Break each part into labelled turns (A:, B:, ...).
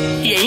A: 男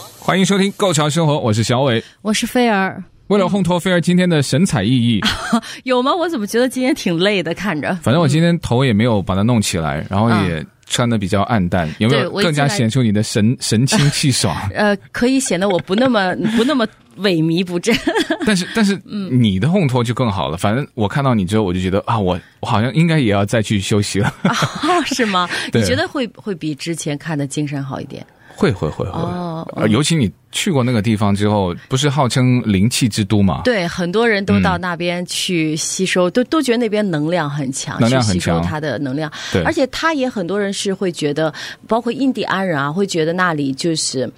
B: 欢迎收听《购潮生活》，我是小伟。
C: 我是菲儿，
B: 为了烘托菲儿今天的神采奕奕，
C: 嗯有吗？我怎么觉得今天挺累的？看着，
B: 反正我今天头也没有把它弄起来，然后也穿的比较暗淡，有没
C: 啊对
B: 有
C: 我一
B: 更加
C: 进来
B: 显出你的 神神清气爽？
C: 呃，可以显得我不那么 不那么萎靡不振。
B: 但是但是你的烘托就更
C: 嗯
B: 好了，反正我看到你之后，我就觉得啊，我我好像应该也要再去休息了。
C: 啊， 是吗？
B: 对
C: 你觉得会会比之前看的精神好一点？
B: 会会会会、
C: 哦
B: 呃尤其你去过那个地方之后，不是号称灵气之都吗？
C: 对，很多人都
B: 嗯
C: 到那边去吸收，都都觉得那边能量很强，
B: 能量很
C: 去吸收
B: 强
C: 它的能量。
B: 对
C: 而且他也很多人是会觉得，包括印第安人啊，会觉得那里就是。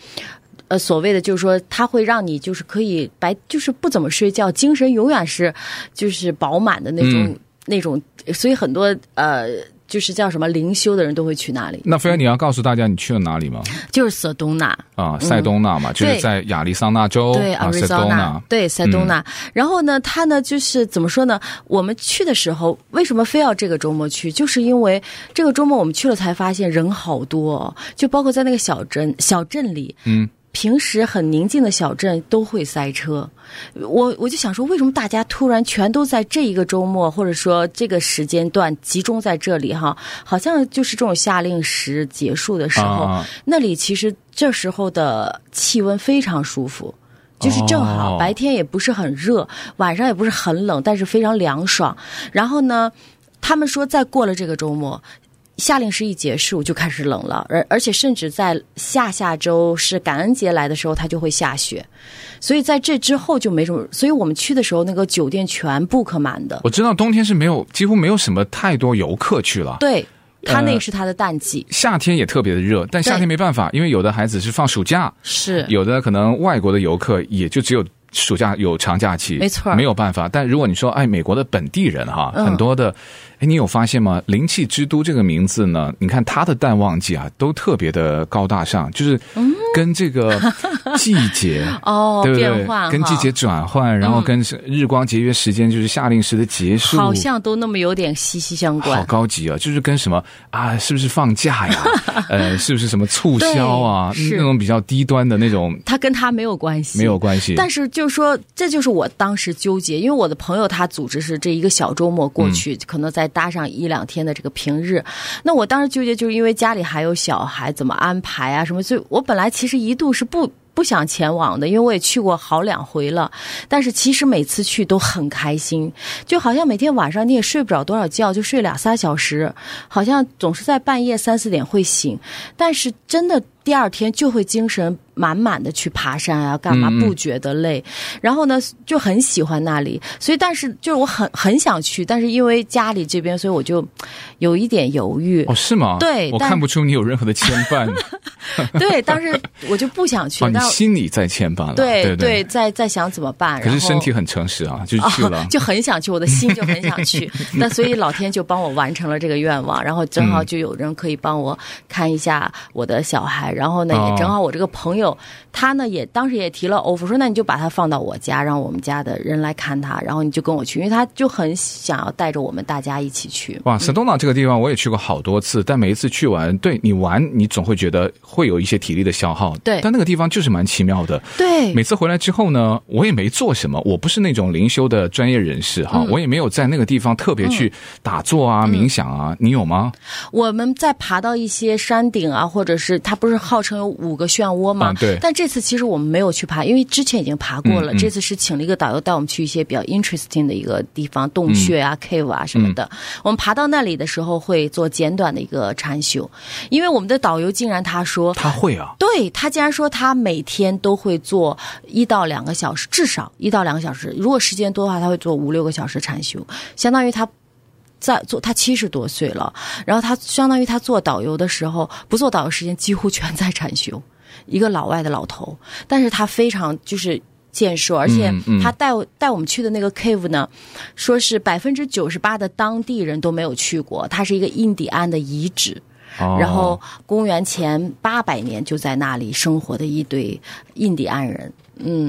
C: 呃，所谓的就是说，它会让你就是可以白，就是不怎么睡觉，精神永远是就是饱满的那种、
B: 嗯
C: 那种，所以很多呃，就是叫什么灵修的人都会去那里，
B: 那菲儿，你要告诉大家你去了哪里吗？
C: 就是索东纳。
B: 啊、塞东纳嘛，就是在亚利桑那州
C: 嗯对
B: 啊，塞东
C: ，Arizona，
B: 纳。
C: 对塞东纳。然后呢，他呢就是怎么说呢？我们去的时候，为什么非要这个周末去？就是因为这个周末我们去了，才发现人好多、哦，就包括在那个小镇小镇里，
B: 嗯。
C: 平时很宁静的小镇都会塞车，我我就想说，为什么大家突然全都在这一个周末，或者说这个时间段集中在这里哈？好像就是这种夏令时结束的时候，
B: 啊
C: 那里其实这时候的气温非常舒服。就是正好
B: 哦
C: 白天也不是很热，晚上也不是很冷，但是非常凉爽。然后呢，他们说再过了这个周末，夏令时一结束就开始冷了，而而且甚至在下下周是感恩节来的时候，它就会下雪，所以在这之后就没什么。所以我们去的时候，那个酒店全 book 满的。
B: 我知道冬天是没有，几乎没有什么太多游客去了。
C: 对，它那
B: 呃
C: 个是它的淡季，
B: 夏天也特别的热，但夏天没办法，因为有的孩子是放暑假，
C: 是
B: 有的可能外国的游客也就只有暑假有长假期，
C: 没错
B: 没有办法。但如果你说，哎，美国的本地人哈，
C: 嗯
B: 很多的，哎，你有发现吗？灵气之都这个名字呢，你看它的淡旺季啊，都特别的高大上，就是跟这 个季节。
C: 嗯哦，
B: 对不
C: 变
B: 对？
C: 换
B: 跟季节转换，然后跟日光节约时间，就是夏令时的结束，
C: 哈好像都那么有点息息相
B: 好
C: 关。
B: 高级啊！就是跟什么啊，是不是放假 呀？呃，是不是什么促销啊？
C: 对是
B: 那种比较低端的那种
C: 它跟它没有关系，
B: 没有关系。
C: 但是就是说，这就是我当时纠结，因为我的朋友他组织是这一个小周末过
B: 嗯
C: 去，可能再搭上一两天的这个平日。那我当时纠结，就是因为家里还有小孩，怎么安排啊什么，所以我本来其实一度是不。不想前往的，因为我也去过好两回了，但是其实每次去都很开心，就好像每天晚上你也睡不着多少觉，就睡俩仨小时，好像总是在半夜三四点会醒，但是真的第二天就会精神满满的去爬山啊，干嘛
B: 嗯嗯
C: 不觉得累？然后呢，就很喜欢那里，所以但是就是我很很想去，但是因为家里这边，所以我就有一点犹豫。
B: 哦，是吗？
C: 对
B: 我
C: 但
B: 看不出你有任何的牵 绊，哦
C: 对，当时我就不想去
B: 哦，，你
C: 但
B: 心里在牵绊了，
C: 对
B: 对
C: 对，。在在想怎么办。
B: 可
C: 然
B: 是
C: 后
B: 身体很诚实啊，就
C: 啊
B: 去了，。
C: 就很想去，我的心就很想去，那所以老天就帮我完成了这个愿望，然后正好就有人可以帮我看一下我的小孩，然后呢
B: 哦
C: 也正好我这个朋友，他呢也当时也提了 offer，说那你就把他放到我家，让我们家的人来看他，然后你就跟我去，因为他就很想要带着我们大家一起去。
B: 哇，神东岛这个地方我也去过好多次，但每一次去完，对你玩，你总会觉得会有一些体力的消耗。
C: 对
B: 但那个地方就是蛮奇妙的。
C: 对
B: 每，次回来之后呢，我也没做什么，我不是那种灵修的专业人士
C: 嗯
B: 哈，我也没有在那个地方特别去打坐啊、冥想啊，你有吗？
C: 我们在爬到一些山顶啊，或者是它不是号称有五个漩涡吗？
B: 啊对
C: 但这次其实我们没有去爬，因为之前已经爬过了。
B: 嗯嗯
C: 这次是请了一个导游带我们去一些比较 interesting 的一个地方，洞穴
B: 嗯
C: 啊、cave 啊什么的。我们爬到那里的时候会做简短的一个禅修，因为我们的导游竟然他说。
B: 他会啊，
C: 对他竟然说他每天都会做一到两个小时，至少一到两个小时。如果时间多的话，他会做五六个小时禅修，相当于他。在做他七十多岁了，然后他相当于他做导游的时候，不做导游时间几乎全在禅修，一个老外的老头，但是他非常就是建设，而且
B: 嗯嗯
C: 他带我带我们去的那个 cave 呢，说是百分之九十八的当地人都没有去过，它是一个印第安的遗址。
B: 哦
C: 然后公元前八百年就在那里生活的一堆印第安人。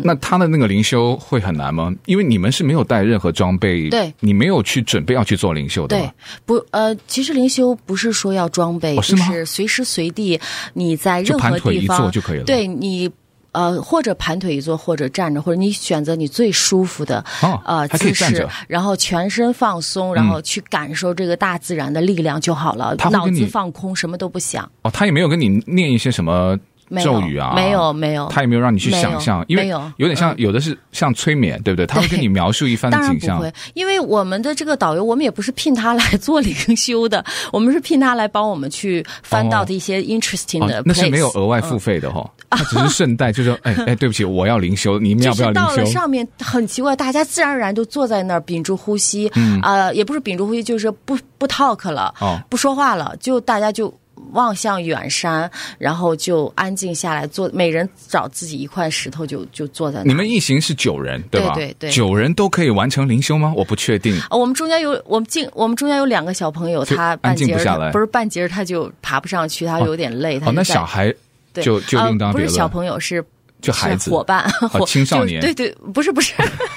B: 那他的那个灵修会很难吗？因为你们是没有带任何装备，
C: 对
B: 你没有去准备要去做灵修的
C: 对
B: 嘛。，
C: 不，呃，其实灵修不是说要装备，
B: 哦是
C: 就
B: 吗
C: 是随时随地你在
B: 就
C: 任
B: 盘
C: 何
B: 腿
C: 地
B: 一坐
C: 方，
B: 就可以了。
C: 对你。呃，或者盘腿一坐，或者站着，或者你选择你最舒服的、
B: 哦
C: 呃
B: 还可以
C: 姿
B: 站
C: 势
B: 着，
C: 然后全身放松，然后去感受这个大自然的力量就好了。
B: 他会
C: 脑
B: 跟
C: 子
B: 你
C: 放空，什么都不想，
B: 哦，他也没有跟你念一些什么
C: 没
B: 咒
C: 有
B: 语啊，
C: 没有，没有。
B: 他也没有让你去想象，因
C: 没有
B: 为
C: 没有嗯
B: 有点像有的是像催眠，对不对？他会跟你描述一番的
C: 当然
B: 景
C: 不
B: 象
C: 会，因为我们的这个导游，我们也不是聘他来做灵修的，我们是聘他来帮我们去翻到的一些 interesting 的
B: 哦哦，
C: place、嗯
B: 那是没有额外付费的哈、他只是顺带就说，哎哎，对不起，我要灵修，你们
C: 就
B: 要不要
C: 是
B: 灵
C: 到了
B: 修？
C: 上面很奇怪，大家自然而然就坐在那儿屏住呼吸，嗯、呃，也不是屏住呼吸，就是不不 talk 了，
B: 哦
C: 不说话了，就大家就望向远山，然后就安静下来坐，每人找自己一块石头就就坐在那儿。
B: 你们一行是九人，对吧？
C: 对对对
B: 九人都可以完成灵修吗？我不确定。
C: 啊我们中间有我们进我们中间有两个小朋友，
B: 就
C: 他半
B: 安静
C: 截
B: 不
C: 儿
B: 下
C: 他
B: 来
C: 不是半截儿他就爬不上去，他有点累，
B: 哦，
C: 他就
B: 那
C: 在
B: 小孩
C: 对
B: 就就
C: 呃
B: 另当
C: 不
B: 别
C: 是
B: 论。
C: 小朋友是
B: 就孩
C: 是
B: 子啊
C: 伙伴， 伙
B: 青少年
C: 就是对对，不是不是。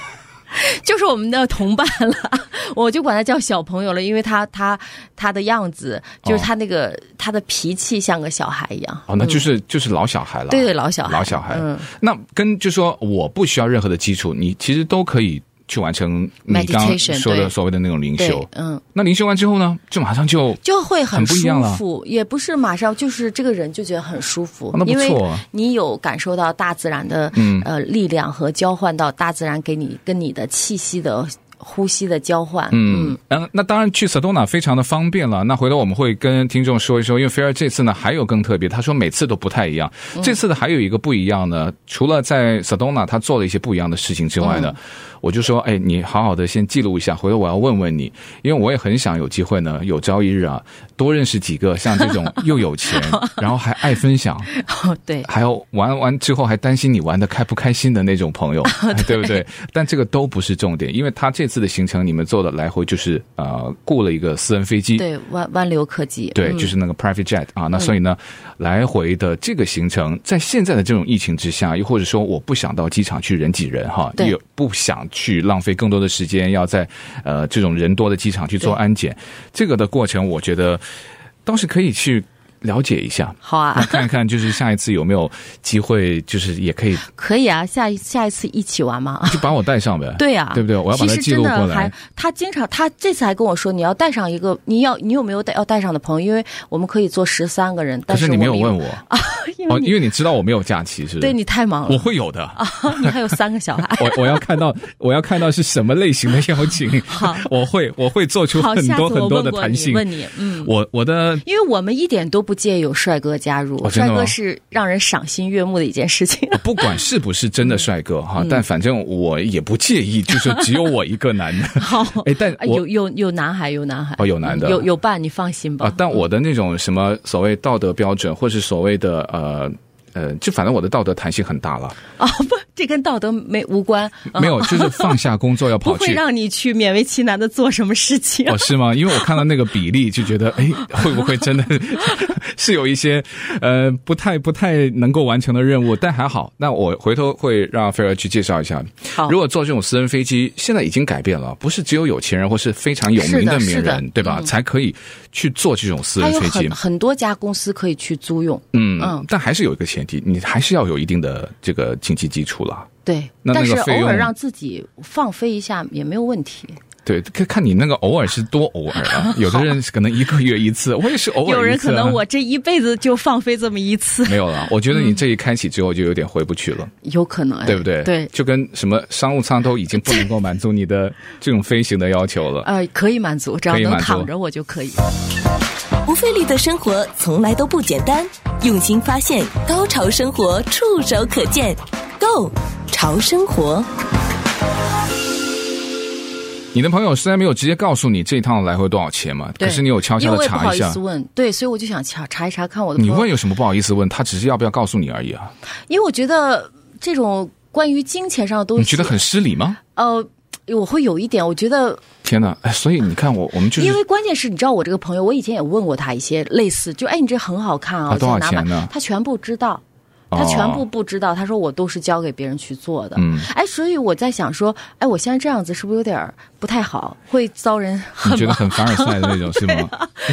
C: 就是我们的同伴了， 我就管他叫小朋友了，因为他他他的样子，就是他那个、他的脾气像个小孩一样，
B: 哦哦，那就是就是老小孩了。
C: 嗯对对，老小孩，
B: 老小孩。
C: 嗯，
B: 那跟就说我不需要任何的基础，你其实都可以去完成你刚刚
C: Meditation，
B: 说的
C: 对
B: 所谓的那种灵
C: 对
B: 修，。
C: 嗯，
B: 那灵修完之后呢，就马上就
C: 就会很
B: 很不一
C: 舒
B: 样了
C: 服，也不是马上就是这个人就觉得很舒服，
B: 哦那不
C: 因为
B: 错啊
C: 你有感受到大自然的、
B: 嗯
C: 呃力量和交换到大自然给你跟你的气息的呼吸的交换，
B: 嗯，嗯，那当然去 Sedona 非常的方便了。那回头我们会跟听众说一说，因为菲儿这次呢还有更特别，他说每次都不太一样。这次的还有一个不一样呢，除了在 Sedona 他做了一些不一样的事情之外呢，我就说，哎，你好好的先记录一下，回头我要问问你，因为我也很想有机会呢，有朝一日啊，多认识几个像这种又有钱，然后还爱分享，
C: 哦 对，
B: 还有玩完之后还担心你玩的开不开心的那种 朋友，
C: 哦
B: 对不对？但这个都不是重点，因为他这次的行程你们做的来回就是呃雇了一个私人飞机，
C: 对，湾湾流科技，
B: 对，
C: 嗯
B: 就是那个 private jet 啊。那所以呢，来回的这个行程，在现在的这种疫情之下，又或者说我不想到机场去人挤人哈，
C: 对
B: 也不想去浪费更多的时间要在呃这种人多的机场去做
C: 对
B: 安检，这个的过程，我觉得倒是可以去了解一下。
C: 好
B: 那
C: 啊，
B: 看一看，就是下一次有没有机会，就是也可以
C: 可以啊，下一下一次一起玩嘛。
B: 就把我带上呗。
C: 对呀、啊，
B: 啊对不对？我要把
C: 其
B: 它
C: 实
B: 记
C: 真
B: 录过
C: 的
B: 来
C: 还。，他经常，他这次还跟我说，你要带上一个，你要你有没有带要带上的朋友？因为我们可以坐十三个人，
B: 可
C: 但
B: 是
C: 我
B: 你没有
C: 们
B: 问我
C: 因
B: 哦
C: 为，你、
B: 因为你知道我没有假期，是不是？
C: 对你太忙
B: 我
C: 了，
B: 会有的。
C: 你还有三个小孩。
B: 我我要看到，我要看到是什么类型的邀请。
C: 好，
B: 我会我会做出
C: 好，
B: 很
C: 下次
B: 多很
C: 我
B: 多
C: 问
B: 的
C: 过
B: 弹
C: 你，
B: 性。
C: 问你，嗯。
B: 我我的
C: 因为我们一点都不介意有帅哥加入，
B: 哦真
C: 帅
B: 的吗
C: 哥是让人赏心悦目的一件事 情。啊
B: 不管是不是真的帅哥哈，
C: 嗯
B: 但反正我也不介意，就是只有我一个男的。
C: 好，
B: 哎，但
C: 啊
B: 我
C: 有有有男孩，有男孩，
B: 哦有男的
C: 嗯有有伴，你放心吧。
B: 啊，但我的那种什么所谓道德标准，或是所谓的呃呃，就反正我的道德弹性很大了，
C: 啊，不，这跟道德没无关，嗯
B: 没有就是放下工作要
C: 不
B: 跑
C: 会
B: 去。
C: 让你去勉为其难的做什么事 情。
B: 哦，是吗？因为我看到那个比例，就觉得，哎，会不会真的 是有一些呃不太不太能够完成的任务？但还好，那我回头会让菲儿去介绍一下。
C: 好
B: 如果坐这种私人飞机，现在已经改变了，不是只有有钱人或是非常有名
C: 是的
B: 名
C: 是的嗯
B: 人，对吧，才可以去坐这种私
C: 还
B: 人
C: 有
B: 飞机
C: 很。很多家公司可以去租用，
B: 嗯，
C: 嗯
B: 但还是有一个前提，你还是要有一定的这个经济基础啦。
C: 对，
B: 那那
C: 但
B: 个
C: 是
B: 费
C: 偶
B: 用
C: 尔让自己放飞一下也没有问题。
B: 对，看看你那个偶尔是多偶尔 啊，有的人可能一个月一次，我也是偶尔一次啊、
C: 有人可能我这一辈子就放飞这么一 次，
B: 没有了。我觉得你这一开启之后就有点回不去了，
C: 有可能，哎
B: 对不对？
C: 对，
B: 就跟什么商务舱都已经不能够满足你的这种飞行的要求了。
C: 呃，可以满足，只要
B: 可以
C: 能
B: 满足
C: 躺着我就可以。
A: 不费力的生活从来都不简单，用心发现，高潮生活触手可见 g o 潮生活，
B: 你的朋友虽然没有直接告诉你这一趟来回多少钱嘛，
C: 对
B: 可是你有悄
C: 因
B: 悄
C: 为我
B: 的
C: 也不
B: 查
C: 好
B: 一
C: 意
B: 下
C: 思。问，对，所以我就想查查一查看我的。
B: 你问，有什么不好意思问？他只是要不要告诉你而已啊？
C: 因为我觉得这种关于金钱上的东西，
B: 你觉得很失礼吗？
C: 呃，我会有一点，我觉得
B: 天哪！哎，所以你看我，我们就是
C: 因为关键是你知道我这个朋友，我以前也问过他一些类似，就哎你这很好看啊，
B: 啊多少
C: 在哪买
B: 钱呢
C: 他全部知道。
B: 哦
C: 他全部不知道，他说我都是交给别人去做的，
B: 嗯
C: 哎，所以我在想说，哎，我现在这样子是不是有点儿不太好，会遭人
B: 你
C: 恨
B: 觉得
C: 吗？
B: 很凡尔赛的那 种是吗？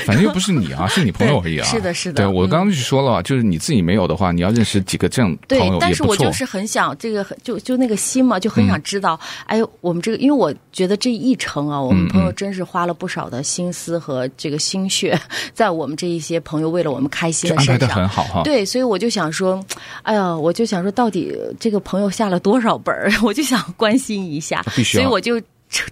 B: 反正又不是你啊，是你朋友而已啊。
C: 啊对是的是的
B: 对我
C: 嗯
B: 刚刚就说了，就是你自己没有的话，你要认识几个这样朋
C: 对
B: 友也不错。，嗯
C: 但是我就是很想这个，就就那个心嘛，就很想知道，哎，我们这个，因为我觉得这一程
B: 嗯
C: 啊，我们朋友真是花了不少的心思和这个心血， 在我们这一些朋友为了我们开心
B: 就
C: 的
B: 安排
C: 身
B: 的
C: 上
B: 很。好哈。
C: 对，所以我就想说，哎呀，我就想说，到底这个朋友下了多少本儿， 我就想关心一下，
B: 必须
C: 所
B: 要
C: 以我就。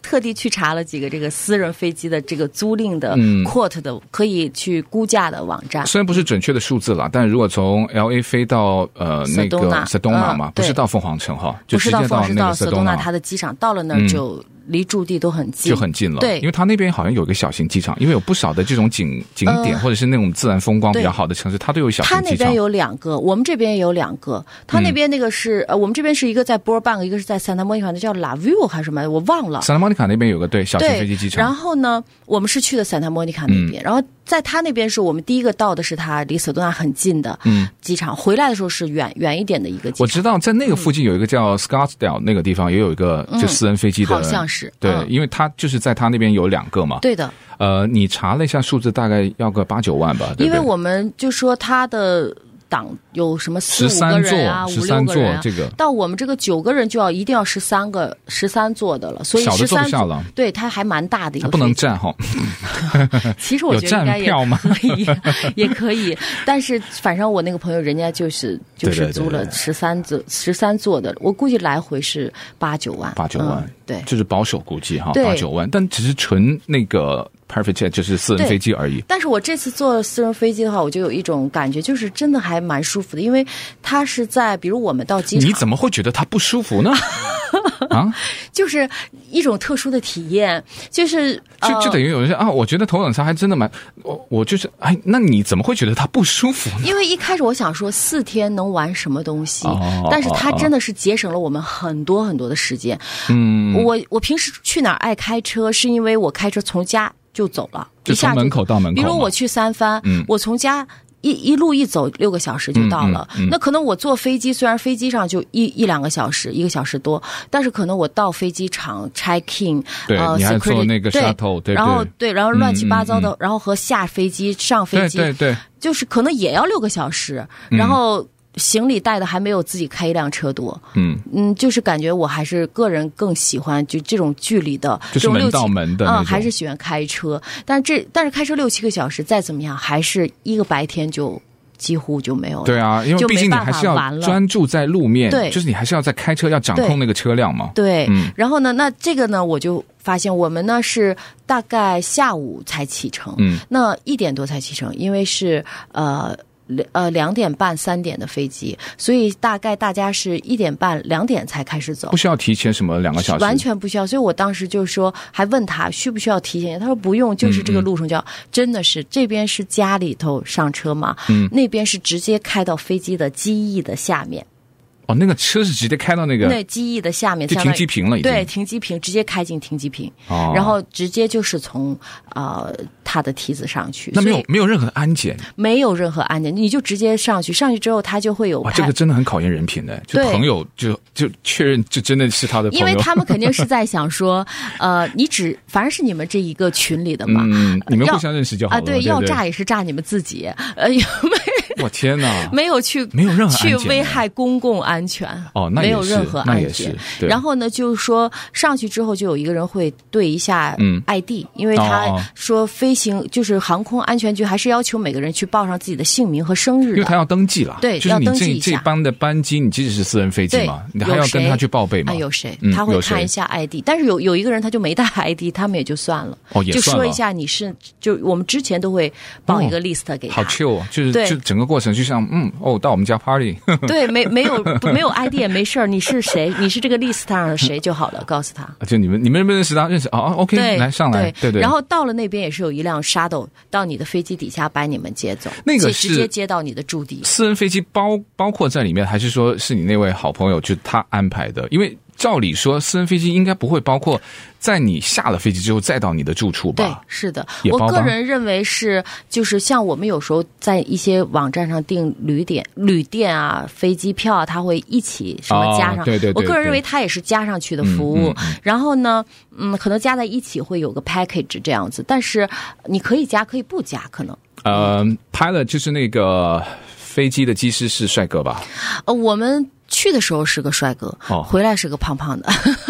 C: 特地去查了几个这个私人飞机的这个租赁的
B: 嗯
C: quote 的、可以去估价的网站，
B: 虽然不是准确的数字了，但如果从 L A 飞到呃那个
C: Sedona，
B: 塞东纳嘛，
C: 嗯
B: 不
C: 对
B: 是到凤凰城哈，就
C: 不
B: 直
C: 是
B: 接
C: 到方是
B: 那
C: 到
B: 个
C: 索
B: 塞
C: 多
B: 东
C: 纳
B: 纳
C: 它的机场，到了那儿就离驻地都很近，
B: 就很近了，
C: 对
B: 因为它那边好像有一个小型机场，因为有不少的这种景景点、
C: 呃
B: 或者是那种自然风光比较
C: 对
B: 好的城市，它都有小
C: 他
B: 型
C: 那
B: 机
C: 边
B: 场。嗯
C: 有两个，我们这边也有两个。他那边那个是、呃，我们这边是一个在波尔半个，一个是在 Santa Monica，那叫 La View 还是什么，我忘了。
B: 圣塔莫尼卡那边有个对小型飞机
C: 对
B: 机，场，嗯
C: 然后呢，我们是去的 Santa Monica 那边，然后在他那边是我们第一个到的是他离索多纳很近的机场，回来的时候是远远一点的一个
B: 嗯
C: 机
B: 我
C: 场。
B: 知道在那个附近有一个叫 Scottsdale 那个地方也有一个就私人飞机的，
C: 嗯好像是
B: 对，
C: 嗯
B: 因为它就是在它那边有两个嘛。
C: 对的，
B: 呃，你查了一下数字，大概要个八九万吧，对
C: 因
B: 不
C: 为
B: 对？
C: 我们就说他的党有什么
B: 十
C: 四五个
B: 三座
C: 人啊，，
B: 十
C: 五六
B: 三
C: 个
B: 座
C: 人啊，
B: 这个
C: 到我们这个九个人就要一定要十三个十三座的了，所以
B: 小的
C: 十
B: 坐不
C: 三
B: 下了，
C: 对，它还蛮大的一
B: 它
C: 个
B: 不
C: 飞
B: 能
C: 机。
B: 站哈。
C: 其实我
B: 有
C: 觉得应该也
B: 站票吗
C: 可以， 也可以。但是反正我那个朋友，人家就是就
B: 对对
C: 是
B: 对
C: 租了
B: 对
C: 十三座十三座的，我估计来回是八九万。
B: 八九万
C: 嗯，对。
B: 就是保守估计哈，
C: 对
B: 八九万，但只是纯那个 private jet 就是私人
C: 对
B: 飞机而已。
C: 但是我这次坐私人飞机的话，我就有一种感觉，就是真的还蛮舒服的，因为它是在比如我们到机场，
B: 你怎么会觉得它不舒服 呢？啊，
C: 就是一种特殊的体验，就是
B: 就就
C: 呃
B: 等于有人说啊，我觉得头等舱还真的蛮，我我就是哎，那你怎么会觉得它不舒服呢？
C: 因为一开始我想说四天能玩什么东西，
B: 哦
C: 但是它真的是节省了我们很多很多的时间。
B: 嗯，
C: 我我平时去哪儿爱开车，是因为我开车从家就走了，
B: 就
C: 一下
B: 从
C: 就
B: 门口到门口
C: 比
B: 嘛。
C: 如我去三藩，
B: 嗯
C: 我从家。一一路一走六个小时就到了，
B: 嗯嗯嗯
C: 那可能我坐飞机，虽然飞机上就一一两个小时，一个小时多，但是可能我到飞机场 check in，
B: 对
C: 呃，
B: 你还
C: security-
B: 坐那个
C: 对
B: shuttle，对
C: 然后
B: 对
C: 对，然后乱七八糟的，
B: 嗯
C: 然后和下飞机、上飞
B: 对
C: 机，
B: 对对，
C: 就是可能也要六个小时，
B: 嗯
C: 然后行李带的还没有自己开一辆车多。
B: 嗯，
C: 嗯，就是感觉我还是个人更喜欢就这种距离的，
B: 就是
C: 这种
B: 门
C: 六七
B: 到门的那
C: 嗯，
B: 种
C: 还是喜欢开车。但是这但是开车六七个小时，再怎么样，还是一个白天就几乎就没有了。
B: 对啊，因为
C: 就
B: 毕
C: 没
B: 竟你
C: 办
B: 还
C: 法
B: 是要
C: 玩了
B: 专注在路面，
C: 对
B: 就是你还是要在开车要掌
C: 对
B: 控那个车辆嘛。
C: 对
B: 嗯
C: 然后呢，那这个呢，我就发现我们呢是大概下午才启程，
B: 嗯，
C: 那一点多才启程，因为是呃。两呃，两点半、三点的飞机，所以大概大家是一点半、两点才开始走
B: 不，需要提前什么两个小时，
C: 完全不需要。所以我当时就说，还问他需不需要提前，他说不用，就是
B: 嗯
C: 这个路程就要，真的是这边是家里头上车嘛，嗯、那边是直接开到飞机的机翼的下面，
B: 哦，那个车是直接开到那
C: 那
B: 个
C: 机翼的下面
B: 啊就
C: 相
B: 停
C: 当于
B: 机坪了，已经。
C: 对，停机坪直接开进停机坪，
B: 哦
C: 然后直接就是从呃他的梯子上去，
B: 那没
C: 所
B: 有
C: 以
B: 没有任何的安检，
C: 没有任何安检，你就直接上去，上去之后他就会有
B: 哇，
C: 拍
B: 这个真的很考验人品的，就
C: 对
B: 朋友就就确认就真的是他的朋友，
C: 因为他们肯定是在想说，呃，你只反正是你们这一个群里的嘛，
B: 嗯，你们
C: 要
B: 互相认识就好
C: 啊，
B: 了，对，
C: 要炸也是炸你们自己，呃，也没
B: 我天哪，
C: 没有去
B: 没有任何安
C: 去
B: 检
C: 危
B: 的
C: 害公共安全，
B: 哦那
C: 没
B: 也
C: 有
B: 是
C: 任何
B: 那
C: 安
B: 也
C: 检
B: 是。对
C: 然后呢，就是说上去之后就有一个人会对一下
B: 嗯
C: ID，、因为他
B: 哦哦
C: 说飞行就是航空安全局还是要求每个人去报上自己的姓名和生
B: 因
C: 日
B: 为他
C: 的。
B: 要登记了，
C: 啊对
B: 就是
C: 要
B: 你
C: 登记
B: 这
C: 一下
B: 这班的班机，你即使是私人飞机
C: 对
B: 嘛，你还要
C: 有谁
B: 跟他去报备嘛
C: 哎，，有谁
B: 嗯？
C: 他会
B: 有谁
C: 看一下 ID，、但是有有一个人他就没带 ID，他们也就算了，
B: 哦也
C: 就
B: 算
C: 说
B: 了
C: 一下你是，就我们之前都会报一
B: 哦
C: 个 list 给他，
B: 好 chill，哦就是
C: 啊对
B: 就整个个过程就像嗯哦，到我们家 party，
C: 对，没没有不没有 ID 也没事儿，你是谁？你是这个 list 上的谁就好了，告诉他。
B: 啊就你们你们认不认识他？认识啊啊，OK，
C: 对，
B: 来上来，对
C: 对。然后到了那边也是有一辆 shadow 到你的飞机底下把你们接走，
B: 那个
C: 直
B: 是
C: 直接接到你的驻地。
B: 私人飞机包包括在里面，还是说是你那位好朋友就他安排的？因为照理说，私人飞机应该不会包括在你下了飞机之后再到你的住处
C: 对
B: 吧，？
C: 是的，
B: 也
C: 我
B: 包
C: 个
B: 吧
C: 人认为是，就是像我们有时候在一些网站上订旅店、旅店啊、飞机票啊，它会一起什么加上。
B: 哦对对对
C: 我个人认为
B: 对
C: 它也是加上去的服务。
B: 嗯嗯
C: 然后呢，嗯，可能加在一起会有个 package 这样子，但是你可以加，可以不加，可能。
B: 呃，拍了就是那个飞机的机师是帅哥吧？
C: 呃，我们去的时候是个帅哥，
B: 哦
C: 回来是个胖胖的。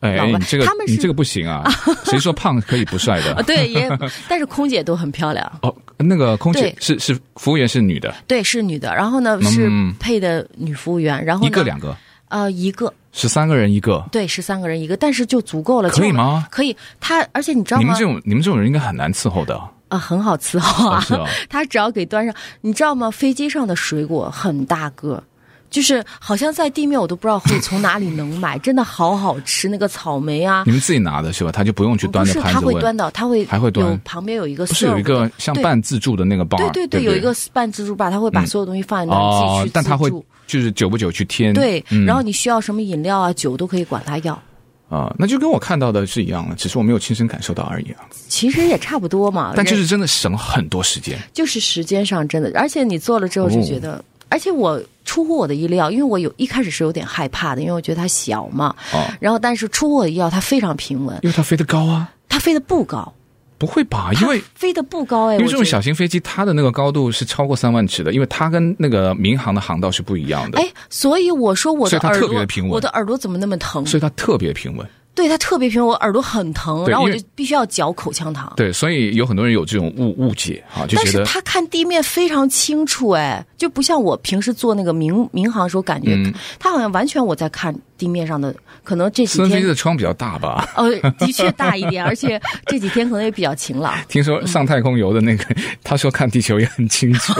C: 老
B: 哎，
C: 外
B: 你这个
C: 他们是
B: 你这个不行 啊！谁说胖可以不帅
C: 啊，
B: 的？
C: 对， 也，但是空姐都很漂亮，
B: 哦，那个空姐
C: 对
B: 是是服务员是女的，
C: 对，是女的，然后呢是配的女服务员，然后
B: 嗯
C: 呢
B: 一个两个，
C: 呃一个，
B: 十三个人一个。
C: 对，十三个人一个，但是就足够了，
B: 可以
C: 就我们
B: 吗
C: 可以，他而且你知道
B: 你
C: 吗
B: 们这？种你们这种人应该很难伺候的，
C: 啊，很好伺候
B: 哦
C: 啊
B: 是啊，
C: 他只要给端上，你知道吗？飞机上的水果很大个。就是好像在地面我都不知道会从哪里能买，真的好好吃那个草莓啊
B: 你，们自己拿的是吧？他就不用去端
C: 哦
B: 着
C: 不是
B: 盘
C: 他
B: 子
C: 会
B: 问。
C: 端到，他会
B: 还会端
C: 有旁边有一个
B: 不是有一
C: serve
B: 个
C: 的
B: 像
C: 对
B: 半自助的那个 bar，
C: 对对
B: 对不
C: 有一个半自助吧，他会把所有东西放在那儿，自
B: 哦
C: 己去，
B: 但他
C: 自
B: 会
C: 助。
B: 就是久不久去添
C: 对，
B: 嗯
C: 然后你需要什么饮料啊、酒都可以管他要，
B: 啊、那就跟我看到的是一样的，只是我没有亲身感受到而已啊。
C: 其实也差不多嘛。
B: 但就
C: 人
B: 是真的省了很多时间，
C: 就是时间上真的，而且你做了之后
B: 哦
C: 就觉得，而且我出乎我的意料，因为我有一开始是有点害怕的，因为我觉得它小嘛。
B: 哦
C: 然后但是出乎我的意料，它非常平稳，
B: 因为它飞得高啊，
C: 它飞得不高，
B: 不会吧？因为
C: 它飞得不高哎，
B: 因为
C: 我
B: 这种
C: 觉得
B: 小型飞机，它的那个高度是超过三万尺的，因为它跟那个民航的航道是不一样的，
C: 哎，所以我说我
B: 所
C: 的
B: 以它
C: 耳
B: 特别
C: 朵
B: 地平，稳
C: 我的耳朵怎么那么疼？
B: 所以它特别平稳。
C: 对，它特别平，我耳朵很疼，
B: 对
C: 然后我
B: 因为
C: 就必须要嚼口香糖。
B: 对，所以有很多人有这种误误解啊，就
C: 但
B: 觉
C: 是
B: 得
C: 他看地面非常清楚，哎，就不像我平时做那个民民航的时候，感
B: 嗯
C: 觉、他好像完全我在看地面上的，可能这
B: 私
C: 几
B: 人飞机
C: 天
B: 的窗比较大吧。
C: 呃的确大一 点，而且这几天可能也比较晴朗。
B: 听说上太空游的那个， 他说看地球也很清 楚。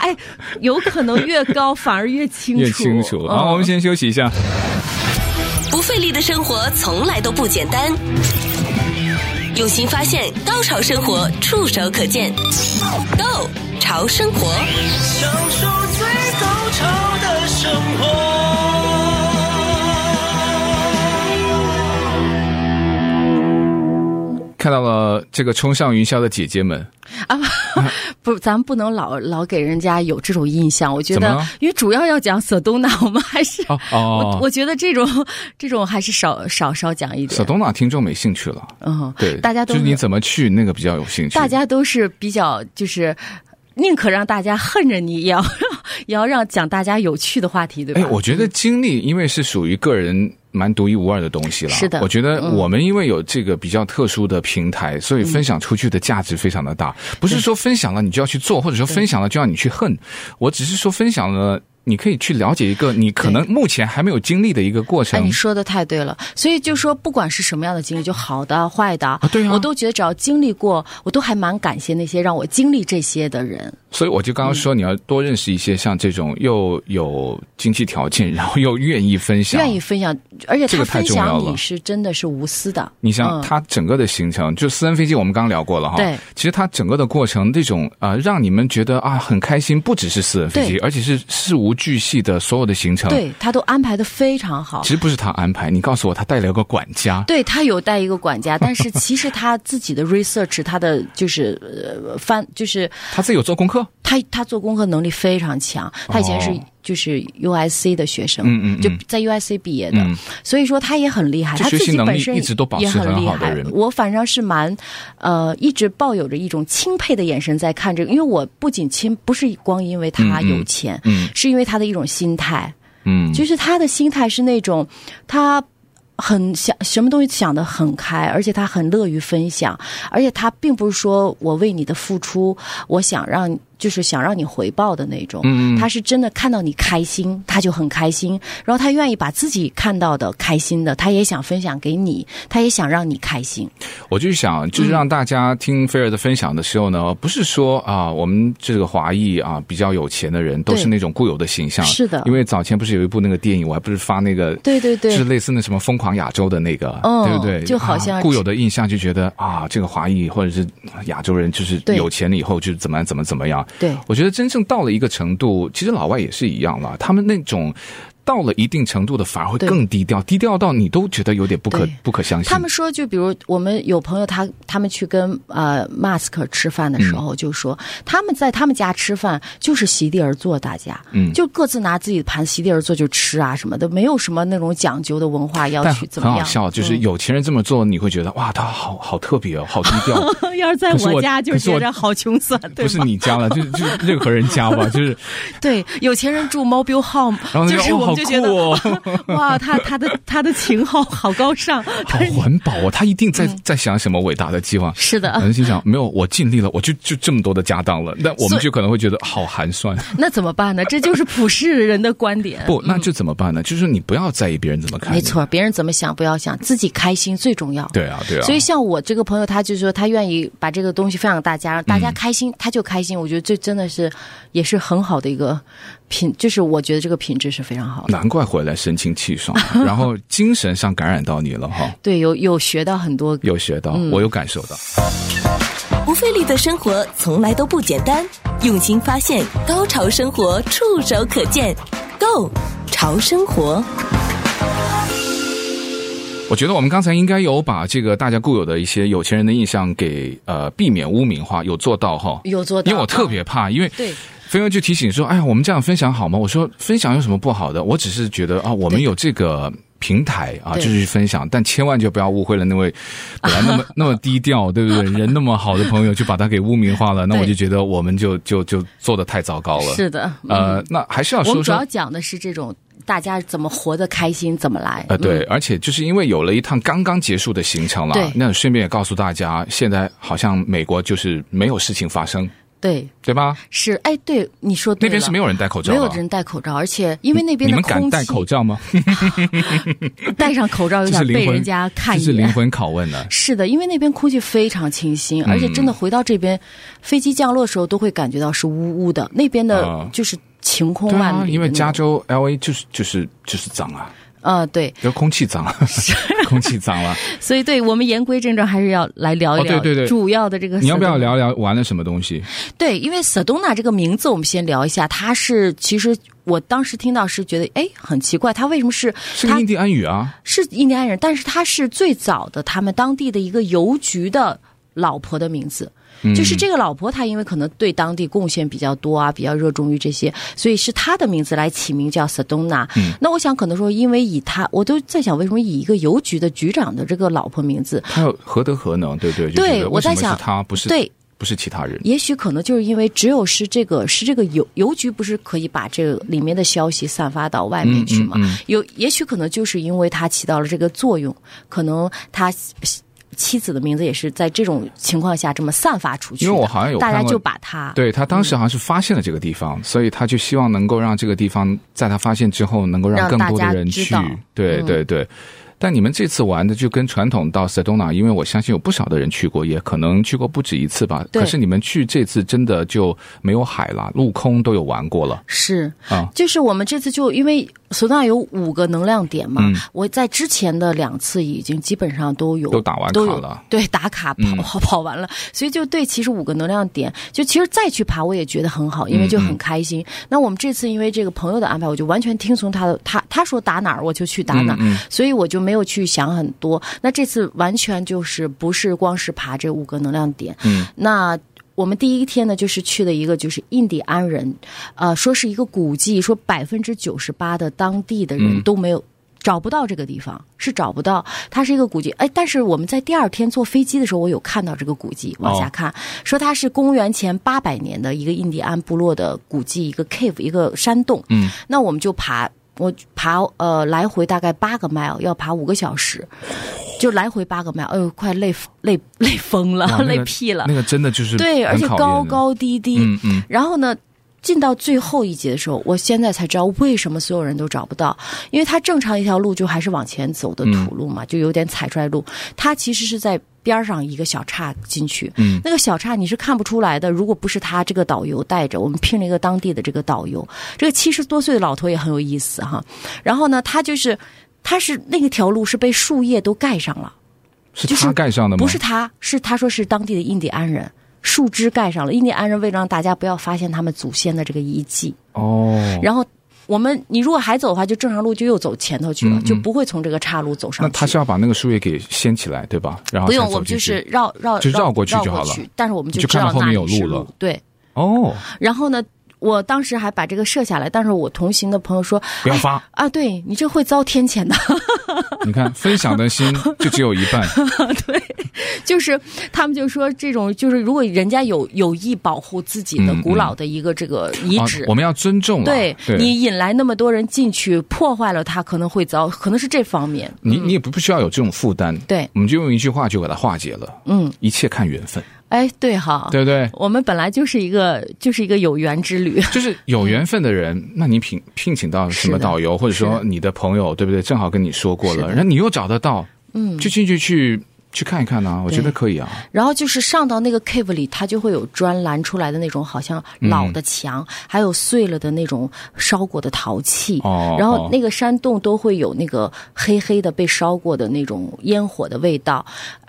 C: 哎，有可能越高反而越清楚，
B: 越清楚。
C: 嗯
B: 好，我们先休息一下。
A: 不费力的生活从来都不简单。用心发现，高潮生活触手可见 Go 潮生活，
D: 享受最高潮的生活。
B: 看到了这个冲上云霄的姐姐们，
C: 不，咱们不能老老给人家有这种印象。我觉
B: 怎么
C: 得
B: 了，
C: 因为主要要讲索东纳，我们还是、
B: 哦哦
C: 我我觉得这种这种还是少少少讲一
B: 小
C: 点。
B: 东娜听众没兴趣了。
C: 嗯，
B: 对，
C: 大家都
B: 就是你
C: 是
B: 怎么去那个比较有兴趣。
C: 大家都是比较就是。宁可让大家恨着你，也要 也要让讲大家有趣的话题，对吧？嗯
B: 哎，我觉得经历因为是属于个人蛮独一无二的东西了。
C: 是的嗯
B: 我觉得我们因为有这个比较特殊的平台，所以分享出去的价值非常的大。不是说分享了你就要去做，或者说分享了就要你去恨。我只是说分享了，你可以去了解一个你可能目前还没有经历的一个过
C: 哎，
B: 程
C: 你。说的太对了。所以就说，不管是什么样的经历，就好的、坏的，
B: 对啊
C: 我都觉得只要经历过，我都还蛮感谢那些让我经历这些的人。
B: 所以我就刚刚说，
C: 嗯
B: 你要多认识一些像这种又有经济条件，然后又愿意分享，
C: 愿意分享，而且
B: 这个
C: 他
B: 太
C: 分
B: 重要
C: 享
B: 了
C: 你是真的是无私的。
B: 你想
C: 嗯
B: 它整个的行程，就私人飞机我们刚刚聊过了哈。
C: 对，
B: 其实它整个的过程，这种啊、呃让你们觉得啊很开心，不只是私人飞机，
C: 对
B: 而且是事无巨细的所有的行程。，
C: 对他都安排的非常好
B: 其。实不是他安排，你告诉我他带了个管家。
C: 对他有带一个管家，但是其实他自己的 research，他的就是呃翻，就是
B: 他自己有做功课，
C: 他他做功课能力非常强。他以前是
B: 哦
C: 就是 UIC 的学生，
B: 嗯嗯嗯
C: 就在 UIC 毕业的，
B: 嗯
C: 所以说他也很厉害。
B: 这
C: 他自
B: 学习
C: 己
B: 能力
C: 本身
B: 一直都保持
C: 也很
B: 很
C: 厉
B: 好的
C: 害
B: 人。
C: 我反正是蛮呃，一直抱有着一种钦佩的眼神在看这个，因为我不仅钦不是光因为他
B: 嗯嗯
C: 有钱，
B: 嗯
C: 是因为他的一种心态。
B: 嗯，
C: 就是他的心态是那种他。很想什么东西想得很开，而且他很乐于分享，而且他并不是说我为你的付出，我想让就是想让你回报的那种，
B: 嗯嗯
C: 他是真的看到你开心，他就很开心，然后他愿意把自己看到的开心的，他也想分享给你，他也想让你开心。
B: 我就想，就是
C: 嗯
B: 让大家听菲儿的分享的时候呢，不是说啊，我们这个华裔啊比较有钱的人都是
C: 对
B: 那种固有的形象，
C: 是的
B: 因为早前不是有一部那个电影，我还不是发那个，
C: 对对对
B: 就是类似那什么《疯狂亚洲》的那个，
C: 嗯
B: 对不对？
C: 就好像
B: 啊固有的印象就觉得啊，这个华裔或者是亚洲人就是
C: 对
B: 有钱了以后就是怎么样怎么怎么样。
C: 对
B: 我觉得真正到了一个程度，其实老外也是一样了，他们那种。到了一定程度的，反而会
C: 对
B: 更低调，低调到你都觉得有点不可
C: 对
B: 不可相信。
C: 他们说，就比如我们有朋友他他们去跟呃 Mask 吃饭的时
B: 嗯
C: 候，就说、他们在他们家吃饭就是席地而坐，大家
B: 嗯
C: 就各自拿自己的盘席地而坐就吃啊什么的，没有什么那种讲究的文化要
B: 但
C: 去怎么样。嗯
B: 很好笑，就是有钱人这么做，你会觉得哇，他好好特别哦，好低 调。
C: 嗯 要是在
B: 可是我可是我
C: 好穷酸，
B: 不是你家了，就是就是任何人家吧，就是
C: 对，有钱人住 mobile home，
B: 然后就
C: 就是
B: 哦
C: 我
B: 好
C: 们就觉得、
B: 酷 哦
C: 哇，他 他的他的情好好高尚，
B: 好环保哦，他一定在在想什么伟大的计划。
C: 嗯是的
B: 然后心想没有，我尽力了，我就就这么多的家当了，那我
C: 所
B: 们
C: 以嗯
B: 就可能会觉得好寒酸。
C: 那怎么办呢？这就是普世人的观点。
B: 不，那就怎么办呢？就是你不要在意别人怎么看，
C: 嗯没。错，别人怎么想不要想，自己开心最重要。
B: 对啊，对啊。
C: 所以像我这个朋友，他就说他愿意把这个东西分享给大家，让大家开心，他就开心。我觉得这真的是也是很好的一个品，就是我觉得这个品质是非常好的。
B: 难怪回来神清气爽，啊然后精神上感染到你了哈，
C: 对，有有学到很多
B: 有学到，
C: 嗯
B: 我有感受到。
A: 不费力的生活从来都不简单，用心发现，高潮生活触手可见 g o 潮生活。
B: 我觉得我们刚才应该有把这个大家固有的一些有钱人的印象给呃避免污名化，有做到哈。
C: 有做到，嗯
B: 因为我特别怕，因为
C: 对
B: 飞哥就提醒说：“哎呀，我们这样分享好吗？”我说：“分享有什么不好的？我只是觉得啊，我们
C: 对
B: 有这个平台啊，就
C: 对
B: 是分享，但千万就不要误会了那位本来那么那么低调，对不 对？人那么好的朋友，就把他给污名化了，那我
C: 对
B: 就觉得我们就就就做的太糟糕了。
C: 是的，
B: 呃，那还是要
C: 我
B: 说
C: 们主
B: 说
C: 要讲的是这种大家怎么活得开心，怎么来。
B: 啊，对，
C: 嗯，
B: 而且就是因为有了一趟刚刚结束的行程了
C: 对，
B: 那顺便也告诉大家，现在好像美国就是没有事情发生，
C: 对，
B: 对吧？
C: 是，哎，对，你说对
B: 那边
C: 了
B: 是没有人戴口罩
C: 没有
B: 的，
C: 人戴口罩，而且因为那边
B: 你
C: 的
B: 们
C: 空
B: 敢
C: 气
B: 戴口罩吗？
C: 戴上口罩有
B: 这是
C: 点
B: 灵
C: 被
B: 魂，
C: 人家看
B: 这
C: 一
B: 是灵
C: 眼。
B: 魂拷问呢。
C: 是的，因为那边空气非常清新，而且真的回到这边，飞机降落的时候都会感觉到是呜呜的，那边
B: 啊
C: 的就是晴空
B: 对
C: 万里的那
B: 啊，
C: 种、
B: 因为加州 L A 就是就是就是脏啊，
C: 呃对，
B: 就空气脏，啊 空气脏 了。
C: 所以对我们言归正传，还是要来聊一聊、
B: 哦对对对
C: 主要的这个。
B: 你要不要聊聊玩了什么东西？
C: 对，因为 Sedona 这个名字，我们先聊一下，它是其实我当时听到是觉得，哎，很奇怪，它为什么是
B: 是个
C: 它
B: 印第安语啊，
C: 是印第安人，但是它是最早的他们当地的一个邮局的老婆的名字。就是这个老婆，她因为可能对当地贡献比较多啊，比较热衷于这些，所以是她的名字来起名叫 Sedona。那我想可能说，因为以她，我都在想为什么以一个邮局的局长的这个老婆名字，
B: 他有何德何能，对不对？就
C: 对
B: 觉得
C: 我在
B: 为什么
C: 想
B: 是他不是
C: 对
B: 不是其他人。
C: 也许可能就是因为只有是这个是这个邮邮局不是可以把这个里面的消息散发到外面去嘛？
B: 嗯
C: 有也许可能就是因为它起到了这个作用，可能他妻子的名字也是在这种情况下这么散发出去的，
B: 因为我好像有
C: 大家
B: 看过
C: 就把它
B: 对他当时好像是发现了这个地
C: 嗯
B: 方，所以他就希望能够让这个地方在他发现之后，能够让
C: 让
B: 更多
C: 大
B: 的
C: 家
B: 人
C: 知
B: 去
C: 道。嗯
B: 对对对。但你们这次玩的就跟传统到 Sedona，因为我相信有不少的人去过，也可能去过不止一次吧。
C: 对
B: 可是你们去这次真的就没有海了，陆空都有玩过了。
C: 是
B: 啊
C: 就是我们这次就因为索纳有五个能量点
B: 嗯
C: 嘛，我在之前的两次已经基本上都有
B: 都打完
C: 都
B: 卡
C: 有
B: 了嗯
C: 对，打卡跑、跑 跑完了，所以就对，其实五个能量点，就其实再去爬我也觉得很好，因
B: 嗯
C: 为就很开心。那我们这次因为这个朋友的安排，我就完全听从他的，他他说打哪儿我就去打哪儿，
B: 嗯
C: 所以我就没有去想很多。那这次完全就是不是光是爬这五个能量点，那。我们第一天呢，就是去的一个就是印第安人，呃，说是一个古迹，说百分之九十八的当地的
B: 嗯
C: 人都没有。找不到这个地方是找不到，它是一个古迹。哎，但是我们在第二天坐飞机的时候，我有看到这个古迹，
B: 哦
C: 往下看，说它是公元前八百年的一个印第安部落的古迹，一个 cave，一个山洞。嗯，那我们就爬，我爬呃来回大概八个 mile，要爬五个小时。就来回八个 mile，哎呦，快累累累疯了，
B: 嗯哇那个
C: 累屁了。
B: 那个真的就是
C: 对，而
B: 很
C: 且
B: 考
C: 高
B: 验的，
C: 高低低，
B: 嗯嗯，
C: 然后呢，进到最后一节的时候，我现在才知道为什么所有人都找不到，因为它正常一条路就还是往前走
B: 嗯
C: 的土路嘛，就有点踩出来路，它其实是在。边上一个小岔进去，
B: 嗯
C: 那个小岔你是看不出来的。如果不是他这个导游带着，我们聘了一个当地的这个导游，这个七十多岁的老头也很有意思哈。然后呢，他就是他是那个条路是被树叶都盖上了，
B: 是
C: 就是
B: 他盖上的吗？
C: 不是他，是他说是当地的印第安人，树枝盖上了。印第安人为了让大家不要发现他们祖先的这个遗迹，
B: 哦，
C: 然后我们你如果还走的话，就正常路就又走前头去了，
B: 嗯嗯
C: 就不会从这个岔路走上去。
B: 那他是要把那个树叶给掀起来，对吧？然后
C: 不用，
B: 才走
C: 我们就
B: 进去
C: 是绕绕
B: 就绕过去就好了
C: 但是我们
B: 就
C: 知
B: 看
C: 道
B: 到后
C: 那
B: 面
C: 里
B: 有
C: 是
B: 路了
C: 对，
B: 哦，
C: 然后呢，我当时还把这个设下来，但是我同行的朋友说
B: 不要发，
C: 啊，对你这会遭天谴的。
B: 你看分享的心就只有一半，
C: 就是他们就说这种就是如果人家有有意保护自己的
B: 嗯嗯
C: 古老的一个这个遗址，
B: 啊我们要尊重了，
C: 对
B: 对
C: 你引来那么多人进去，破坏了它，可能会遭，可能是这方面。
B: 你你也不不需要有这种负担，
C: 对
B: 我们就用一句话就给它化解了，
C: 嗯，
B: 一切看缘分，
C: 哎，对哈，
B: 对不对？
C: 我们本来就是一个就是一个有缘之旅。
B: 就是有缘分的人，那你聘聘请到什么导游，或者
C: 嗯是
B: 说
C: 的
B: 你的朋友，对不对？正好跟你说过
C: 是的
B: 了，然后你又找得到，嗯，就进去去去看一看呢、我觉得可以啊。
C: 然后就是上到那个 cave 里，它就会有专栏出来的那种好像老的墙，
B: 嗯
C: 还有碎了的那种烧过的陶器。
B: 哦
C: 然后
B: 哦
C: 那个山洞都会有那个黑黑的被烧过的那种烟火的味道。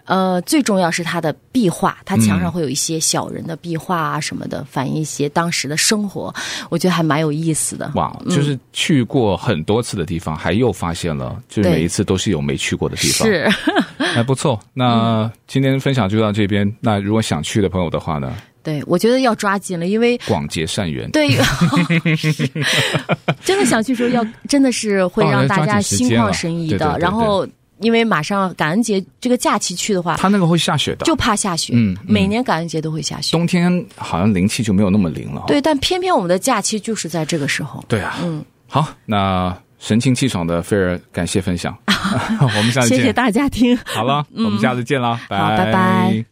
C: 呃，最重要是它的壁画，它墙上会有一些小人的壁画啊什么的，反映一些当时的生活，我觉得还蛮有意思的。
B: 哇，就是去过很多次的地方，还又发现了，就是
C: 对
B: 每一次都是有没去过的地方，
C: 是，
B: 还哎不错。
C: 嗯
B: 那今天分享就到这边。那如果想去的朋友的话呢，
C: 对我觉得要抓紧了，因为
B: 广结善缘。
C: 对， 是真的想去说要，真的是会
B: 哦
C: 让
B: 要
C: 大
B: 抓
C: 家
B: 紧时
C: 心
B: 间
C: 旷
B: 了
C: 神怡
B: 对对
C: 的。
B: 对
C: 然后，因为马上感恩节这个假期去的话，
B: 它那个会下雪的，
C: 就怕下雪。
B: 嗯嗯
C: 每年感恩节都会下雪。
B: 冬天好像灵气就没有那么灵了。
C: 对，但偏偏我们的假期就是在这个时候。
B: 对啊，嗯，好，那神清气爽的菲儿，感 谢分享，我们下次
C: 谢
B: 见。
C: 谢大家听。嗯
B: 好了，我们下次见了，
C: 好拜拜